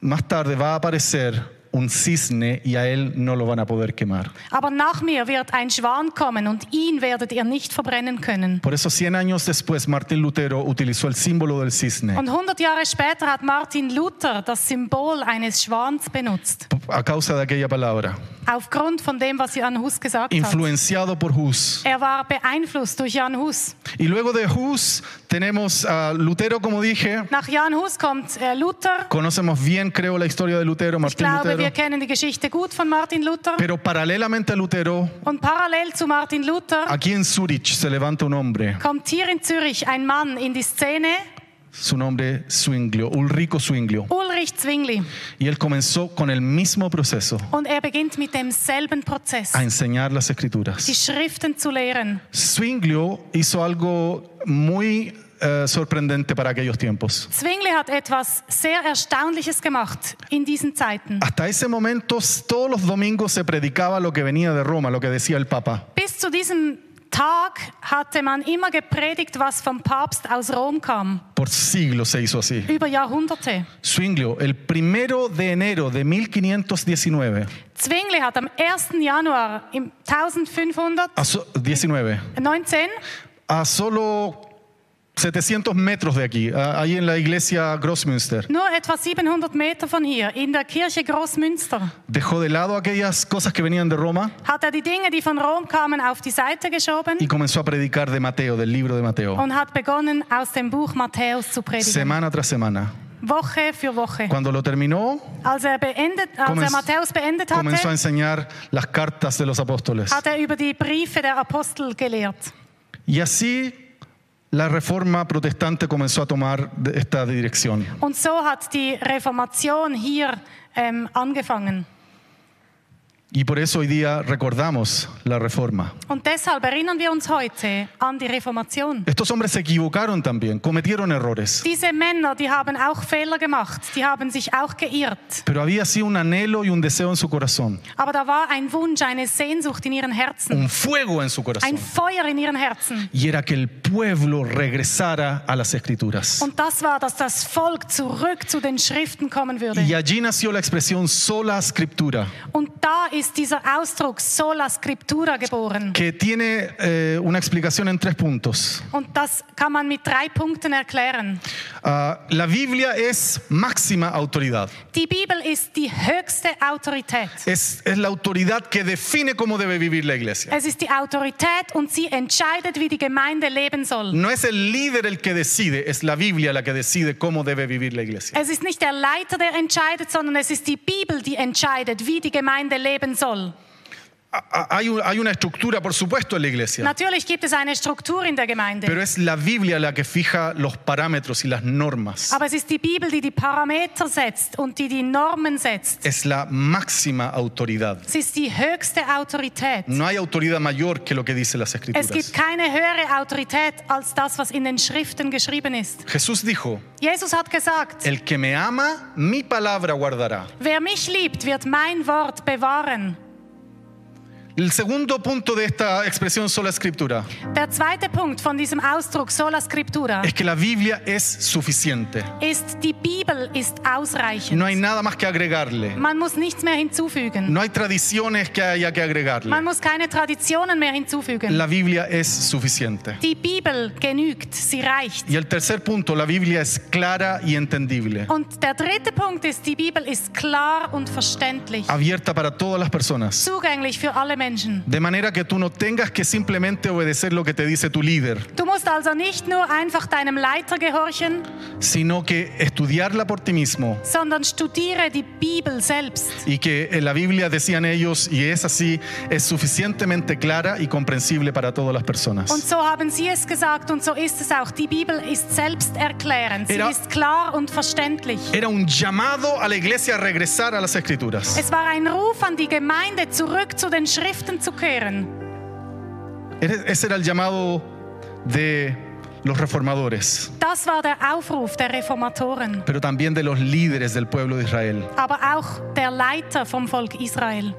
más tarde va a aparecer un cisne y a él no lo van a poder quemar.
aber nach mir wird ein Schwan kommen und ihn werdet ihr nicht verbrennen können.
Por eso 100 años después Martín Lutero utilizó el símbolo del cisne
Und 100 Jahre später hat Martin Luther das Symbol eines Schwans benutzt,
a causa de aquella palabra,
aufgrund von dem, was Jan Hus gesagt hat.
influenciado por Hus.
Er war beeinflusst durch Jan Hus.
Y luego de Hus tenemos a Lutero, como dije.
Nach Jan Hus kommt äh, Luther.
Conocemos bien, creo, la historia de Lutero,
Ich
Martín
glaube, wir
Lutero.
kennen die Geschichte gut von Martin Luther.
Pero paralelamente a Lutero,
Und parallel zu Martin Luther
aquí en Zurich se levanta un hombre.
kommt hier in Zürich ein Mann in die Szene,
Su nombre es Zwinglio, Ulrico Zwinglio.
Ulrich Zwingli.
Y él comenzó con el mismo proceso,
Und er beginnt mit demselben Prozess,
a enseñar las
die
escrituras.
Schriften zu lehren.
Zwinglio hizo algo muy eh, sorprendente para aquellos tiempos.
Zwingli hat etwas sehr Erstaunliches gemacht in diesen Zeiten.
Hasta ese momento todos los domingos se predicaba lo que venía de Roma, lo que decía el Papa.
Bis zu diesem Tag hatte man immer gepredigt, was vom Papst aus Rom kam,
Por siglos se hizo así.
über Jahrhunderte.
Zwinglio, el primero de enero de 1519,
Zwingli hat am 1. Januar im 1519
a, so- 19, a solo 700 metros de aquí, a- ahí en la iglesia Grossmünster,
nur etwa 700 Meter von hier, in der Kirche Großmünster,
dejó de lado aquellas cosas que venían de Roma
hat er die Dinge, die von Rom kamen, auf die Seite geschoben
y comenzó a predicar de Mateo, del libro de Mateo,
und hat begonnen, aus dem Buch Matthäus zu predigen.
semana tras semana.
Woche für Woche.
Cuando lo terminó,
Als er, beendet, als
Comenz-
er Matthäus beendet
comenzó a
hatte,
enseñar las cartas de los apóstoles.
hat er über die Briefe der Apostel gelehrt.
Y así la reforma protestante comenzó a tomar de- esta dirección.
Und so hat die Reformation hier ähm, angefangen.
Y por eso hoy día recordamos la reforma.
Und deshalb erinnern wir uns heute an die Reformation.
Estos hombres se equivocaron también, cometieron errores,
Diese Männer, die haben auch Fehler gemacht, die haben sich auch geirrt.
pero había así un anhelo y un deseo en su corazón,
Aber da war ein Wunsch, eine Sehnsucht in ihren Herzen,
un fuego en su corazón.
ein Feuer in ihren Herzen.
Y era que el pueblo regresara a las escrituras.
Und das war, dass das Volk zurück zu den Schriften kommen würde.
Y allí nació la expresión sola escritura,
Und da ist ist dieser Ausdruck sola scriptura geboren.
que tiene eh, una explicación en tres puntos.
Und das kann man mit drei Punkten erklären.
Ah, la Biblia es máxima autoridad.
Die Bibel ist die höchste Autorität.
Es, es la autoridad que define cómo debe vivir la iglesia.
Es ist die Autorität und sie entscheidet, wie die Gemeinde leben soll.
No es el líder el que decide, es la Biblia la que decide cómo debe vivir la iglesia.
Es ist nicht der Leiter, der entscheidet, sondern es ist die Bibel, die entscheidet, wie die Gemeinde leben soll.
A- a- Ah, Hay, un- hay una estructura, por supuesto, en la iglesia,
Natürlich gibt es eine Struktur in der Gemeinde,
pero es la Biblia la que fija los parámetros y las normas.
aber es ist die Bibel, die die Parameter setzt und die die Normen setzt.
Es la máxima autoridad.
Es ist die höchste Autorität.
No hay autoridad mayor que lo que dice las
Es gibt
escrituras.
keine höhere Autorität als das, was in den Schriften geschrieben ist.
Jesús dijo,
Jesus hat gesagt,
el que me ama, mi palabra guardará.
wer mich liebt, wird mein Wort bewahren.
El segundo punto de esta expresión sola escritura
Der zweite Punkt von diesem Ausdruck sola scriptura
es que la Biblia es suficiente.
ist, die Bibel ist
No
ausreichend.
hay nada más que agregarle.
Man muss nichts mehr hinzufügen.
No hay tradiciones que haya que agregarle.
Man muss keine Traditionen mehr hinzufügen.
La Biblia es suficiente.
Die Bibel genügt, sie reicht.
Y el tercer punto, la Biblia es clara y entendible,
Und der dritte Punkt ist, die Bibel ist klar und verständlich,
abierta para todas las personas.
zugänglich für alle Menschen.
De manera que tú no tengas que simplemente obedecer lo que te dice tu líder,
Du musst also nicht nur einfach deinem Leiter gehorchen,
sino que estudiarla por ti mismo.
sondern studiere die Bibel selbst.
Y que en la Biblia decían ellos, y es así, es suficientemente clara y comprensible para todas las personas.
Und so haben sie es gesagt und so ist es auch. Die Bibel ist selbsterklärend. Sie
Era-
ist klar und verständlich.
Era un llamado a la iglesia a regresar a las escrituras.
Es war ein Ruf an die Gemeinde, zurück zu den Schriften zu kehren.
Era- Ese era el llamado de los reformadores,
Das war der Aufruf der Reformatoren,
pero también de los líderes del pueblo de Israel.
aber auch der Leiter vom Volk Israel.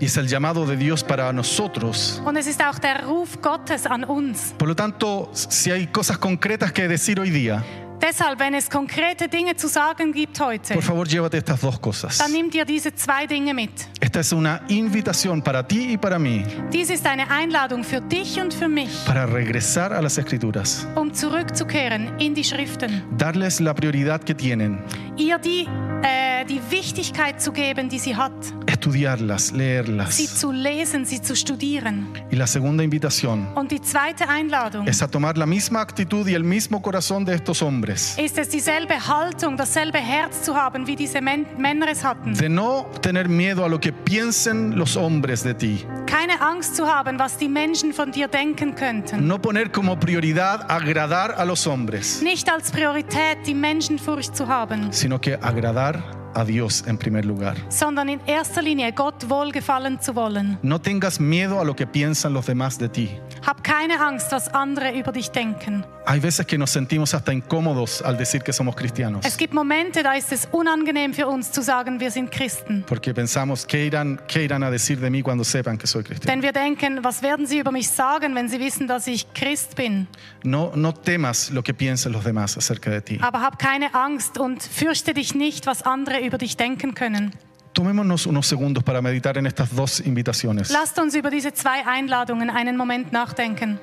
Y es el llamado de Dios para nosotros.
Und es ist auch der Ruf Gottes an uns.
Por lo tanto, si hay cosas concretas que decir hoy día,
Deshalb, wenn es konkrete Dinge zu sagen gibt heute,
por favor llévate estas dos cosas.
dann nimm dir diese zwei Dinge mit.
Esta es una invitación para ti y para mí,
Dies ist eine Einladung für dich und für mich,
para regresar a las escrituras.
um zurückzukehren in die Schriften,
darles la prioridad que tienen,
ihr die, äh, die Wichtigkeit zu geben, die sie hat,
estudiarlas,
sie
leerlas.
zu lesen, sie zu studieren.
Y la segunda invitación
Und die zweite Einladung
es a tomar la misma actitud y el mismo corazón de estos hombres,
ist es, dieselbe Haltung, dasselbe Herz zu haben, wie diese Men Männer es hatten.
de no tener miedo a lo que piensen los hombres de ti,
Keine Angst zu haben, was die Menschen von dir denken könnten.
no poner como prioridad agradar a los hombres,
Nicht als Priorität die Menschenfurcht zu haben,
sino que agradar a Dios en primer lugar.
sondern in erster Linie Gott wohlgefallen zu wollen.
No tengas miedo a lo que piensan los demás de ti.
Hab keine Angst, was andere über dich denken.
Hay veces que nos sentimos hasta incómodos al decir que somos cristianos,
Es gibt Momente, da ist es unangenehm für uns zu sagen, wir sind Christen.
porque pensamos, ¿qué irán, qué irán a decir de mí cuando sepan que soy cristiano?
Denn wir denken, was werden sie über mich sagen, wenn sie wissen, dass ich Christ bin?
No, no temas lo que piensen los demás acerca de ti.
Aber hab keine Angst und fürchte dich nicht, was andere über dich denken können.
Tomémonos unos segundos para meditar en estas dos invitaciones.
Lasst uns über diese zwei Einladungen einen Moment nachdenken.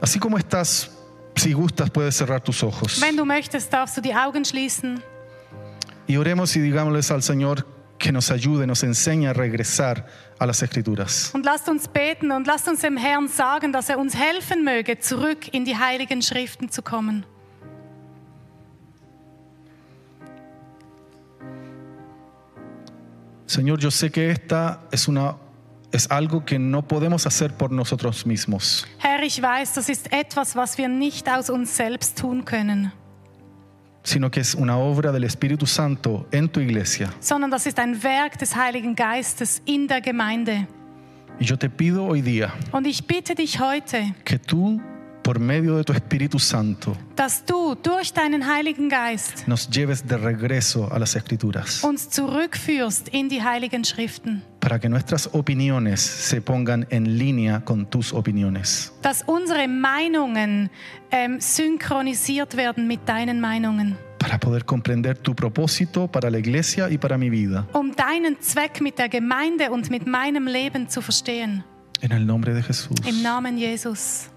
Así como estás, si gustas, puedes cerrar tus ojos.
Wenn du möchtest, darfst du die Augen schließen
Y oremos y digámosles al Señor que nos ayude, nos enseñe a regresar a las Escrituras.
und lasst uns beten und lasst uns dem Herrn sagen, dass er uns helfen möge, zurück in die heiligen Schriften zu kommen.
Señor, yo sé que esta es una es algo que no podemos hacer por nosotros mismos,
Herr, ich weiß, das ist etwas, was wir nicht aus uns selbst tun können,
sino que es una obra del Espíritu Santo en tu iglesia.
sondern das ist ein Werk des Heiligen Geistes in der Gemeinde.
Y yo te pido hoy día
Und ich bitte dich heute,
que tú, por medio de tu Espíritu Santo,
dass du durch deinen Heiligen Geist
nos lleves de regreso a las escrituras,
uns zurückführst in die heiligen Schriften,
para que nuestras opiniones se pongan en línea con tus opiniones,
dass unsere Meinungen ähm, synchronisiert werden mit deinen Meinungen,
para poder comprender tu propósito para la iglesia y para mi vida.
um deinen Zweck mit der Gemeinde und mit meinem Leben zu verstehen.
En el nombre de Jesús.
Im Namen Jesus.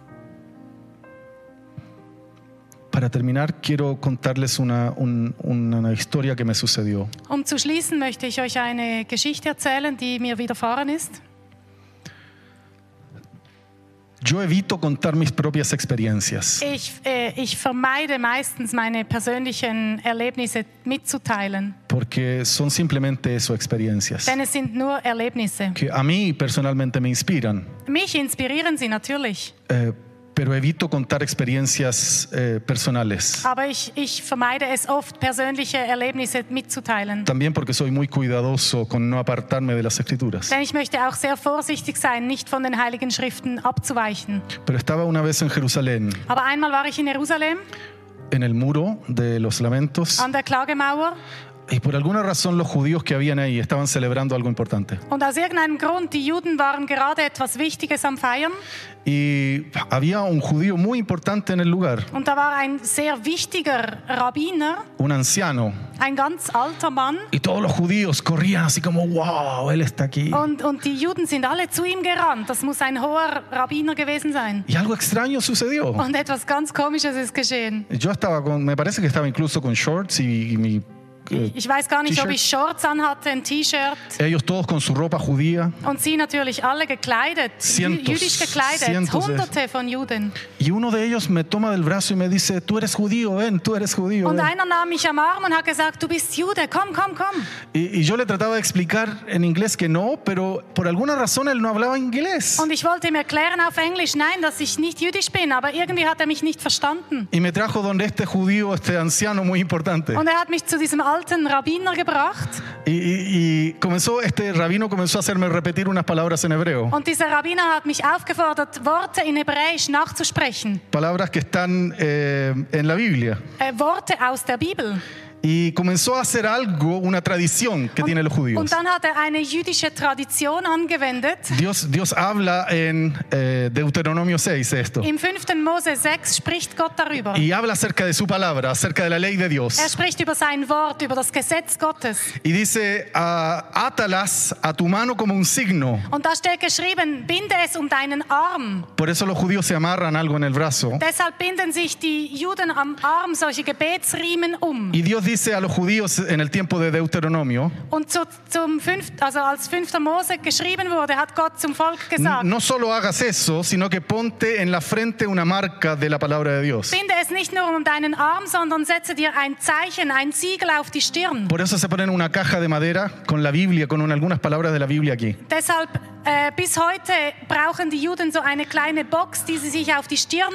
Para terminar, quiero contarles una, un- una historia que me sucedió.
Um zu schließen, möchte ich euch eine Geschichte erzählen, die mir widerfahren ist.
Yo evito contar mis propias experiencias.
Ich, äh, ich vermeide meistens, meine persönlichen Erlebnisse mitzuteilen,
porque son simplemente eso, experiencias
denn es sind nur Erlebnisse.
que a mí personalmente me inspiran,
Mich inspirieren sie natürlich,
eh, pero evito contar experiencias eh, personales.
aber ich, ich vermeide es oft, persönliche Erlebnisse mitzuteilen.
También porque soy muy cuidadoso con no apartarme de las escrituras.
Denn ich möchte auch sehr vorsichtig sein, nicht von den Heiligen Schriften abzuweichen.
Pero estaba una vez en Jerusalén,
Aber einmal war ich in Jerusalem
en el muro de los lamentos,
an der Klagemauer
y por alguna razón los judíos que habían ahí estaban celebrando algo importante.
und aus irgendeinem Grund, die Juden waren gerade etwas Wichtiges am Feiern
Y había un judío muy importante en el lugar,
und da war ein sehr wichtiger Rabbiner,
un anciano,
ein ganz alter Mann
y todos los judíos corrían así como, wow, él está aquí.
und, und die Juden sind alle zu ihm gerannt. Das muss ein hoher Rabbiner gewesen sein.
Y algo extraño sucedió.
Und etwas ganz Komisches ist geschehen.
Yo estaba con, me parece que estaba incluso con shorts y, y mi- eh,
Ich weiß gar nicht, ob
T-Shirt.
ich Shorts anhatte, ein T-Shirt
ellos todos con su ropa judía
und sie natürlich alle gekleidet, jü-
Cientos,
jüdisch gekleidet,
cientos de-
hunderte von Juden.
y uno de ellos me toma del brazo y me dice, tú eres judío, ven, tú eres judío.
Und
ven".
einer nahm mich am Arm und hat gesagt, du bist Jude, komm, komm, komm.
Y, y yo le trataba de explicar en inglés que no, pero por alguna razón él no hablaba inglés.
Und ich wollte ihm erklären auf Englisch, nein, dass ich nicht jüdisch bin, aber irgendwie hat er mich nicht verstanden.
Y me trajo donde este judío, este anciano muy importante.
Und er hat mich zu diesem alten Rabbiner gebracht.
Y, y- y comenzó, este rabino comenzó a hacerme repetir unas palabras en hebreo.
Und dieser Rabbiner hat mich aufgefordert, Worte in Hebräisch nachzusprechen.
Palabras que están eh, en la Biblia.
Äh, Worte aus der Bibel.
Y comenzó a hacer algo, una tradición que tienen los judíos.
Und dann hat er eine jüdische Tradition angewendet.
Dios, Dios habla en eh, Deuteronomio 6 esto.
Im 5. Mose 6 spricht Gott darüber.
Y habla acerca de su palabra, acerca de la ley de
Er
Dios.
spricht über sein Wort, über das Gesetz Gottes.
Y dice, ah, átalas a tu mano como un signo.
Und da steht geschrieben, binde es um deinen Arm.
Por eso los judíos se amarran algo en el brazo.
Deshalb binden sich die Juden am Arm solche Gebetsriemen um.
Y Dios dice a los judíos en el tiempo de Deuteronomio,
Und zu, zum fünf, also als 5. Mose geschrieben wurde, hat Gott zum Volk
"N-
gesagt,
no solo hagas eso, sino que ponte en la frente una marca de la palabra de Dios.
binde es nicht nur um deinen Arm, sondern setze dir ein Zeichen, ein Siegel auf die Stirn.
Por eso se ponen una caja de madera con la Biblia, con un- algunas palabras de la Biblia aquí.
Deshalb, äh, bis heute brauchen die Juden so eine kleine Box, die sie sich auf die Stirn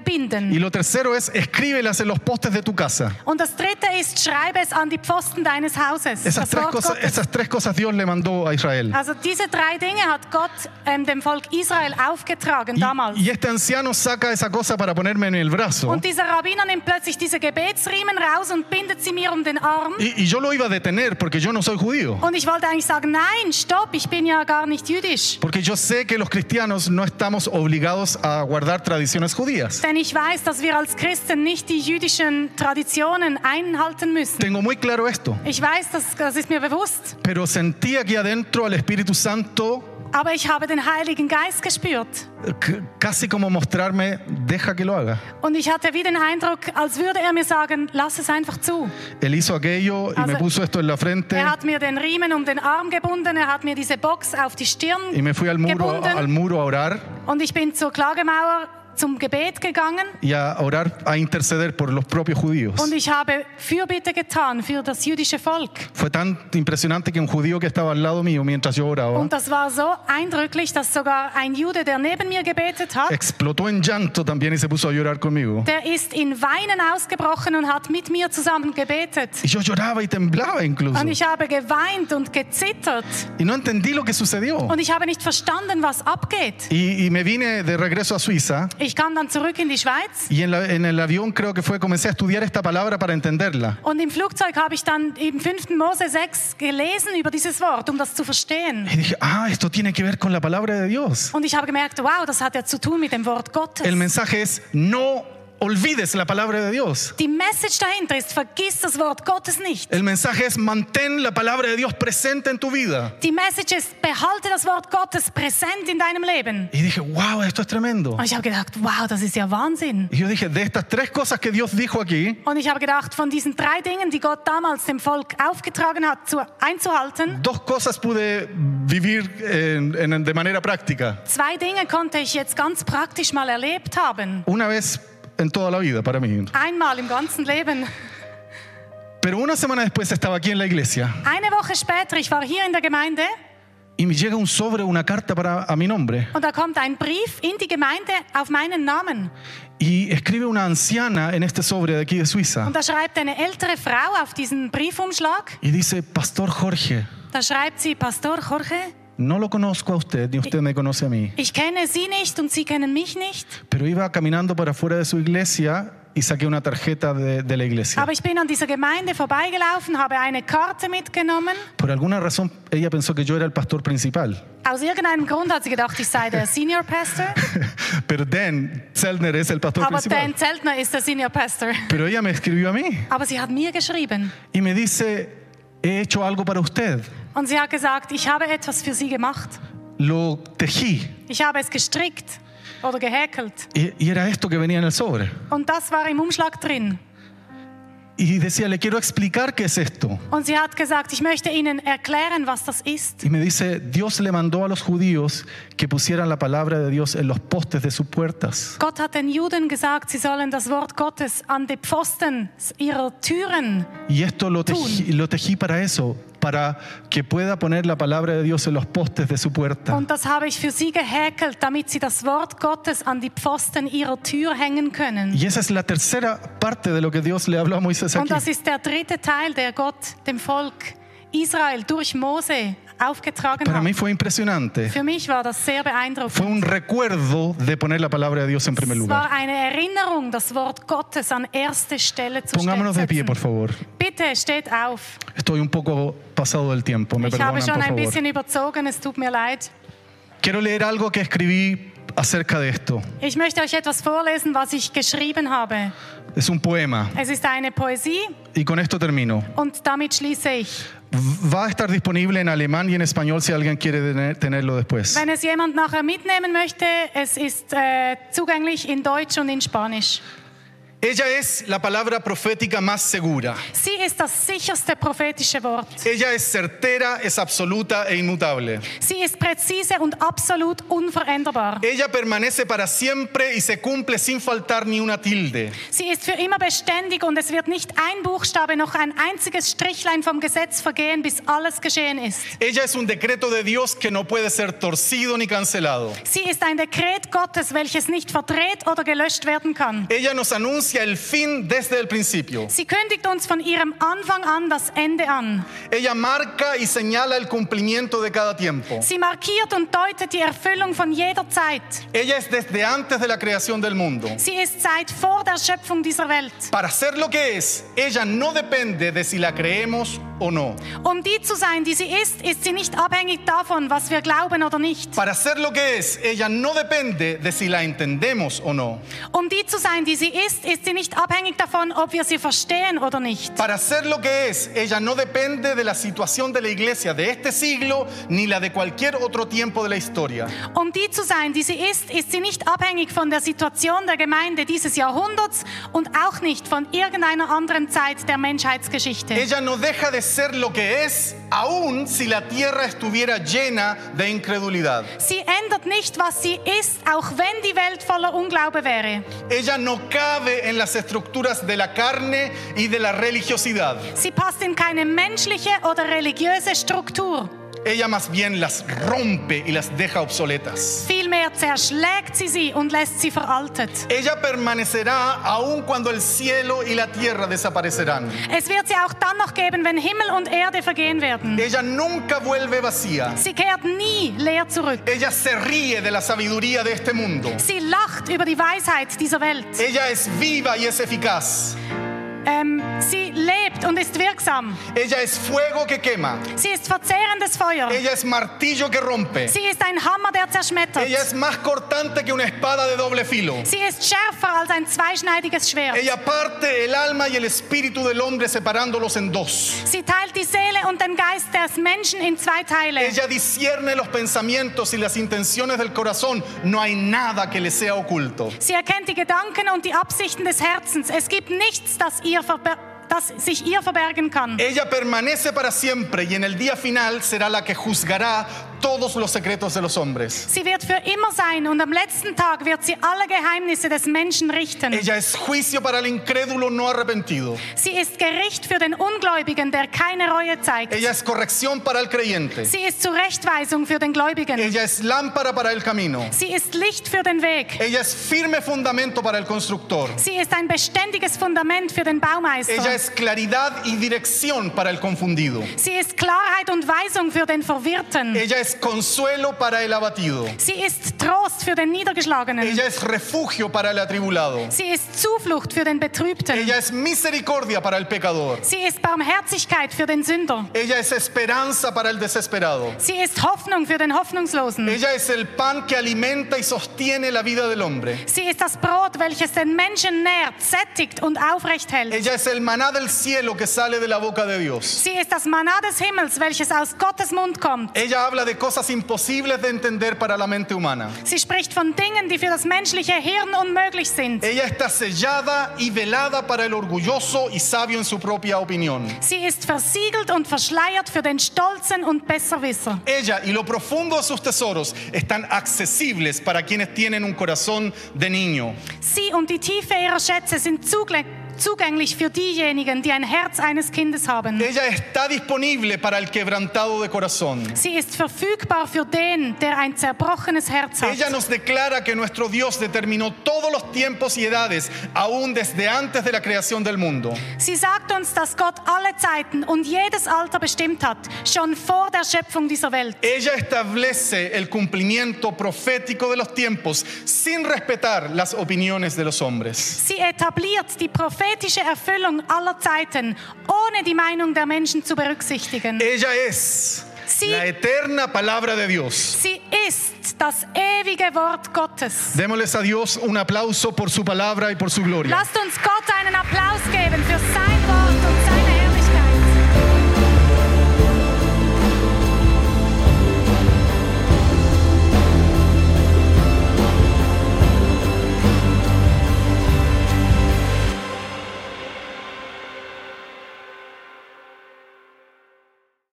Y
binden.
lo tercero es, escríbelas en los postes de tu casa.
Und das dritte ist, schreibe es an die Pfosten deines Hauses.
Esas
Das
tres,
Wort
cosas,
Gottes.
esas tres cosas Dios le mandó a Israel.
Also diese drei Dinge hat Gott ähm, dem Volk Israel aufgetragen
Y,
damals.
y este anciano saca esa cosa para ponerme en el brazo.
Und dieser Rabbiner nimmt plötzlich diese Gebetsriemen raus und bindet sie mir um den Arm.
Y, y yo lo iba a detener porque yo no soy judío.
Und ich wollte eigentlich sagen, nein, stopp, ich bin ja gar nicht jüdisch.
Porque yo sé que los cristianos no estamos obligados a guardar tradiciones judías.
Denn ich weiß, dass wir als Christen nicht die jüdischen Traditionen einhalten müssen.
Tengo muy claro esto.
Ich weiß, das, das ist mir bewusst.
Pero sentí aquí adentro al Espíritu Santo
Aber ich habe den Heiligen Geist gespürt.
eh, c- casi como mostrarme, deja que lo haga.
Und ich hatte wie den Eindruck, als würde er mir sagen, lass es einfach zu.
Él hizo aquello y me
Also-
puso esto en la frente
Er hat mir den Riemen um den Arm gebunden, er hat mir diese Box auf die Stirn
y me fui al muro,
gebunden.
al muro a orar
Und ich bin zur Klagemauer zum Gebet gegangen
y a orar, a interceder por los propios judíos.
und ich habe Fürbitte getan für das jüdische Volk.
Fue tan impresionante que un judío que estaba al lado mío mientras yo oraba
Und das war so eindrücklich, dass sogar ein Jude, der neben mir gebetet hat,
explotó en llanto también y se puso a llorar conmigo.
der ist in Weinen ausgebrochen und hat mit mir zusammen gebetet.
Y yo lloraba y temblaba incluso.
Und ich habe geweint und gezittert
Y no entendí lo que sucedió.
und ich habe nicht verstanden, was abgeht.
Y, y me vine de regreso a Suiza
Ich kam dann zurück in die Schweiz
y en, la- en el avión creo que fue, comencé a estudiar esta palabra para entenderla.
und im Flugzeug habe ich dann im 5. Mose 6 gelesen über dieses Wort, um das zu verstehen.
Y dije, ah, esto tiene que ver con la palabra de Dios.
Und ich habe gemerkt, wow, das hat ja zu tun mit dem Wort Gottes.
El mensaje es, no olvides la palabra de Dios.
Die Message dahinter ist, vergiss das Wort Gottes nicht.
El mensaje es mantén la palabra de Dios presente en tu vida.
Die Message ist, behalte das Wort Gottes präsent in deinem Leben.
Y dije, wow, esto es tremendo.
Und ich habe gedacht, wow, das ist ja Wahnsinn.
Y yo dije, de estas tres cosas que Dios dijo aquí,
Und ich habe gedacht, von diesen drei Dingen, die Gott damals dem Volk aufgetragen hat, zu, einzuhalten,
dos cosas pude vivir en- en- de manera práctica.
zwei Dinge konnte ich jetzt ganz praktisch mal erlebt haben.
Una vez en toda la vida para mí.
Einmal im ganzen Leben.
Pero una semana después estaba aquí en la iglesia
Eine Woche später, ich war hier in der Gemeinde
y me llega un sobre, una carta para, a mi nombre.
und da kommt ein Brief in die Gemeinde auf meinen Namen.
Y escribe una anciana en este sobre de aquí de Suiza.
Und da schreibt eine ältere Frau auf diesen Briefumschlag,
Y dice, Pastor Jorge,
da schreibt sie, Pastor Jorge,
no lo conozco a usted, ni usted me conoce a mí.
ich kenne Sie nicht und Sie kennen mich nicht,
Pero iba caminando para afuera de su iglesia y saqué una tarjeta de, de la iglesia.
aber ich bin an dieser Gemeinde vorbeigelaufen, habe eine Karte mitgenommen.
Por alguna razón ella pensó que yo era el pastor principal.
Aus irgendeinem Grund hat sie gedacht, ich sei der Senior Pastor,
Pero Dan Zellner es el pastor
aber
principal.
Dan Zeltner ist der Senior Pastor.
Pero ella me escribió a mí
Aber sie hat mir geschrieben
y me dice, he hecho algo para usted.
und sie hat gesagt, ich habe etwas für Sie gemacht.
Lo tejí.
Ich habe es gestrickt oder gehäkelt.
Y, y era esto que venía en el sobre.
Und das war im Umschlag drin.
Y decía, le quiero explicar qué es esto.
Und sie hat gesagt, ich möchte Ihnen erklären, was das ist.
Y me dice, Dios le mandó a los judíos que pusieran la palabra de Dios en los postes de sus puertas.
Gott hat den Juden gesagt, sie sollen das Wort Gottes an die Pfosten ihrer Türen.
Y esto lo tejí, lo tejí para eso, para que pueda poner la palabra de Dios en los postes de su puerta.
Und das habe ich für sie gehäkelt, damit sie das Wort Gottes an die Pfosten ihrer Tür hängen können.
Y esa es la tercera parte de lo que Dios le habló a Moisés
Und
aquí.
das ist der dritte Teil, der Gott dem Volk Israel durch Mose aufgetragen
Para
hat.
mí fue impresionante.
Für mich war das sehr
Fue
beeindruckend.
un recuerdo de poner la palabra de Dios en primer
Es
lugar.
war eine Erinnerung, das Wort Gottes an erste Stelle zu
Pongámonos de pie,
setzen.
por favor.
Bitte steht auf.
Estoy un poco pasado del tiempo, me
Ich habe
perdonan,
schon
por
ein
favor.
bisschen überzogen, es tut mir leid.
Quiero leer algo que escribí acerca de esto.
Ich möchte euch etwas vorlesen, was ich geschrieben habe.
Es un poema
Es ist eine Poesie
y con esto termino.
und damit schließe ich.
V- Va a estar disponible en alemán y en español si alguien quiere tener- tenerlo después.
Wenn es jemand nachher mitnehmen möchte, es ist äh, zugänglich in Deutsch und in Spanisch.
Ella es la palabra profética más segura.
Sie ist das sicherste prophetische Wort.
Ella es certera, es absoluta e inmutable.
Sie ist präzise und absolut unveränderbar.
Ella permanece para siempre y se cumple sin faltar ni una tilde.
Sie ist für immer beständig und es wird nicht ein Buchstabe noch ein einziges Strichlein vom Gesetz vergehen, bis alles geschehen ist.
Ella es un decreto de Dios que no puede ser torcido ni cancelado.
Sie ist ein Dekret Gottes, welches nicht verdreht oder gelöscht werden kann.
Ella nos anuncia el fin desde el principio.
Sie kündigt uns von ihrem Anfang an das Ende an.
Ella marca y señala el cumplimiento de cada tiempo.
Sie markiert und deutet die Erfüllung von jeder Zeit.
Ella es desde antes de la creación del mundo.
Sie ist seit vor der Schöpfung dieser Welt.
Para ser lo que es, ella no depende de si la creemos o no.
Um die zu sein, die sie ist, ist sie nicht abhängig davon, was wir glauben oder nicht.
Para ser lo que es, ella no depende de si la entendemos o no.
Um die zu sein, die sie ist, ist sie nicht abhängig davon, ob wir sie verstehen oder nicht.
Para ser lo que es, ella no depende de la situación de la iglesia de este siglo ni la de cualquier otro tiempo de la historia.
Um die zu sein, die sie ist, ist sie nicht abhängig von der Situation der Gemeinde dieses Jahrhunderts und auch nicht von irgendeiner anderen Zeit der Menschheitsgeschichte.
Ella no deja de ser lo que es, aun si la tierra estuviera llena de incredulidad.
Sie ändert nicht, was sie ist, auch wenn die Welt voller Unglaube wäre.
Ella no cabe en las estructuras de la carne y de la religiosidad.
Sie passt in keine menschliche oder religiöse Struktur.
Ella más bien las rompe y las deja obsoletas.
Vielmehr zerschlägt sie sie und lässt sie veraltet.
Ella permanecerá aun cuando el cielo y la tierra desaparecerán.
Es wird sie auch dann noch geben, wenn Himmel und Erde vergehen werden.
Ella nunca vuelve vacía.
Sie kehrt nie leer zurück.
Ella se ríe de la sabiduría de este mundo.
Sie lacht über die Weisheit dieser Welt.
Ella es viva y es eficaz.
Ähm, sie lebt und ist wirksam.
Ella es fuego que quema.
Sie ist verzehrendes Feuer.
Ella es martillo que rompe.
Sie ist ein Hammer, der zerschmettert.
Ella es más cortante que una espada de doble filo.
Sie ist schärfer als ein zweischneidiges Schwert.
Ella parte el alma y el espíritu del hombre separándolos en dos.
Sie teilt die Seele und den Geist des Menschen in zwei Teile.
Ella discierne los pensamientos y las intenciones del corazón. No hay nada que le sea oculto.
Sie erkennt die Gedanken und die Absichten des Herzens. Es gibt nichts, das, ihr verber- das sich ihr verbergen kann.
Ella permanece para siempre y en el día final será la que juzgará todos los secretos de los hombres.
Sie wird für immer sein und am letzten Tag wird sie alle Geheimnisse des Menschen richten.
Ella es juicio para el incrédulo no arrepentido.
Sie ist Gericht für den Ungläubigen, der keine Reue zeigt.
Ella es corrección para el creyente.
Sie ist Zurechtweisung für den Gläubigen.
Ella es lámpara para el camino.
Sie ist Licht für den Weg.
Ella es firme fundamento para el constructor.
Sie ist ein beständiges Fundament für den
Ella
Baumeister.
es claridad y dirección para el confundido.
Sie ist Klarheit und Weisung für den Verwirrten.
Ella es consuelo para el abatido.
Sie ist Trost für den Niedergeschlagenen.
Ella es refugio para el atribulado.
Sie ist Zuflucht für den Betrübten.
Ella es misericordia para el pecador.
Sie ist Barmherzigkeit für den Sünder.
Ella es esperanza para el desesperado.
Sie ist Hoffnung für den Hoffnungslosen.
Ella es el pan que alimenta y sostiene la vida del hombre.
Sie ist das Brot, welches den Menschen nährt, sättigt und aufrecht hält.
Ella es el maná del cielo que sale de la boca de Dios.
Sie ist das Maná des Himmels, welches aus Gottes Mund kommt.
Ella habla de cosas imposibles de entender para la mente humana.
Sie spricht von Dingen, die für das menschliche Hirn unmöglich sind.
Ella está sellada y velada para el orgulloso y sabio en su propia opinión.
Sie ist versiegelt und verschleiert für den Stolzen und Besserwisser.
Ella y lo profundo de sus tesoros están accesibles para quienes tienen un corazón de niño.
Sie und die Tiefe ihrer Schätze sind zugle- zugänglich für diejenigen, die ein Herz eines Kindes haben.
Ella está disponible para el quebrantado de corazón.
Sie ist verfügbar für den, der ein zerbrochenes Herz
Ella
hat.
nos declara que nuestro Dios determinó todos los tiempos y edades, aún desde antes de la creación del mundo.
Sie sagt uns, dass Gott alle Zeiten und jedes Alter bestimmt hat, schon vor der Schöpfung dieser Welt.
Ella establece el cumplimiento profético de los tiempos sin respetar las opiniones de los hombres.
Sie etabliert die prophetische Erfüllung aller Zeiten, ohne die Meinung der Menschen zu berücksichtigen.
Ella es
Sí.
la eterna palabra de Dios.
Sie ist das ewige Wort Gottes.
Démosles a Dios un aplauso por su palabra y por su gloria.
Lasst uns Gott einen Applaus geben für sein Wort und sein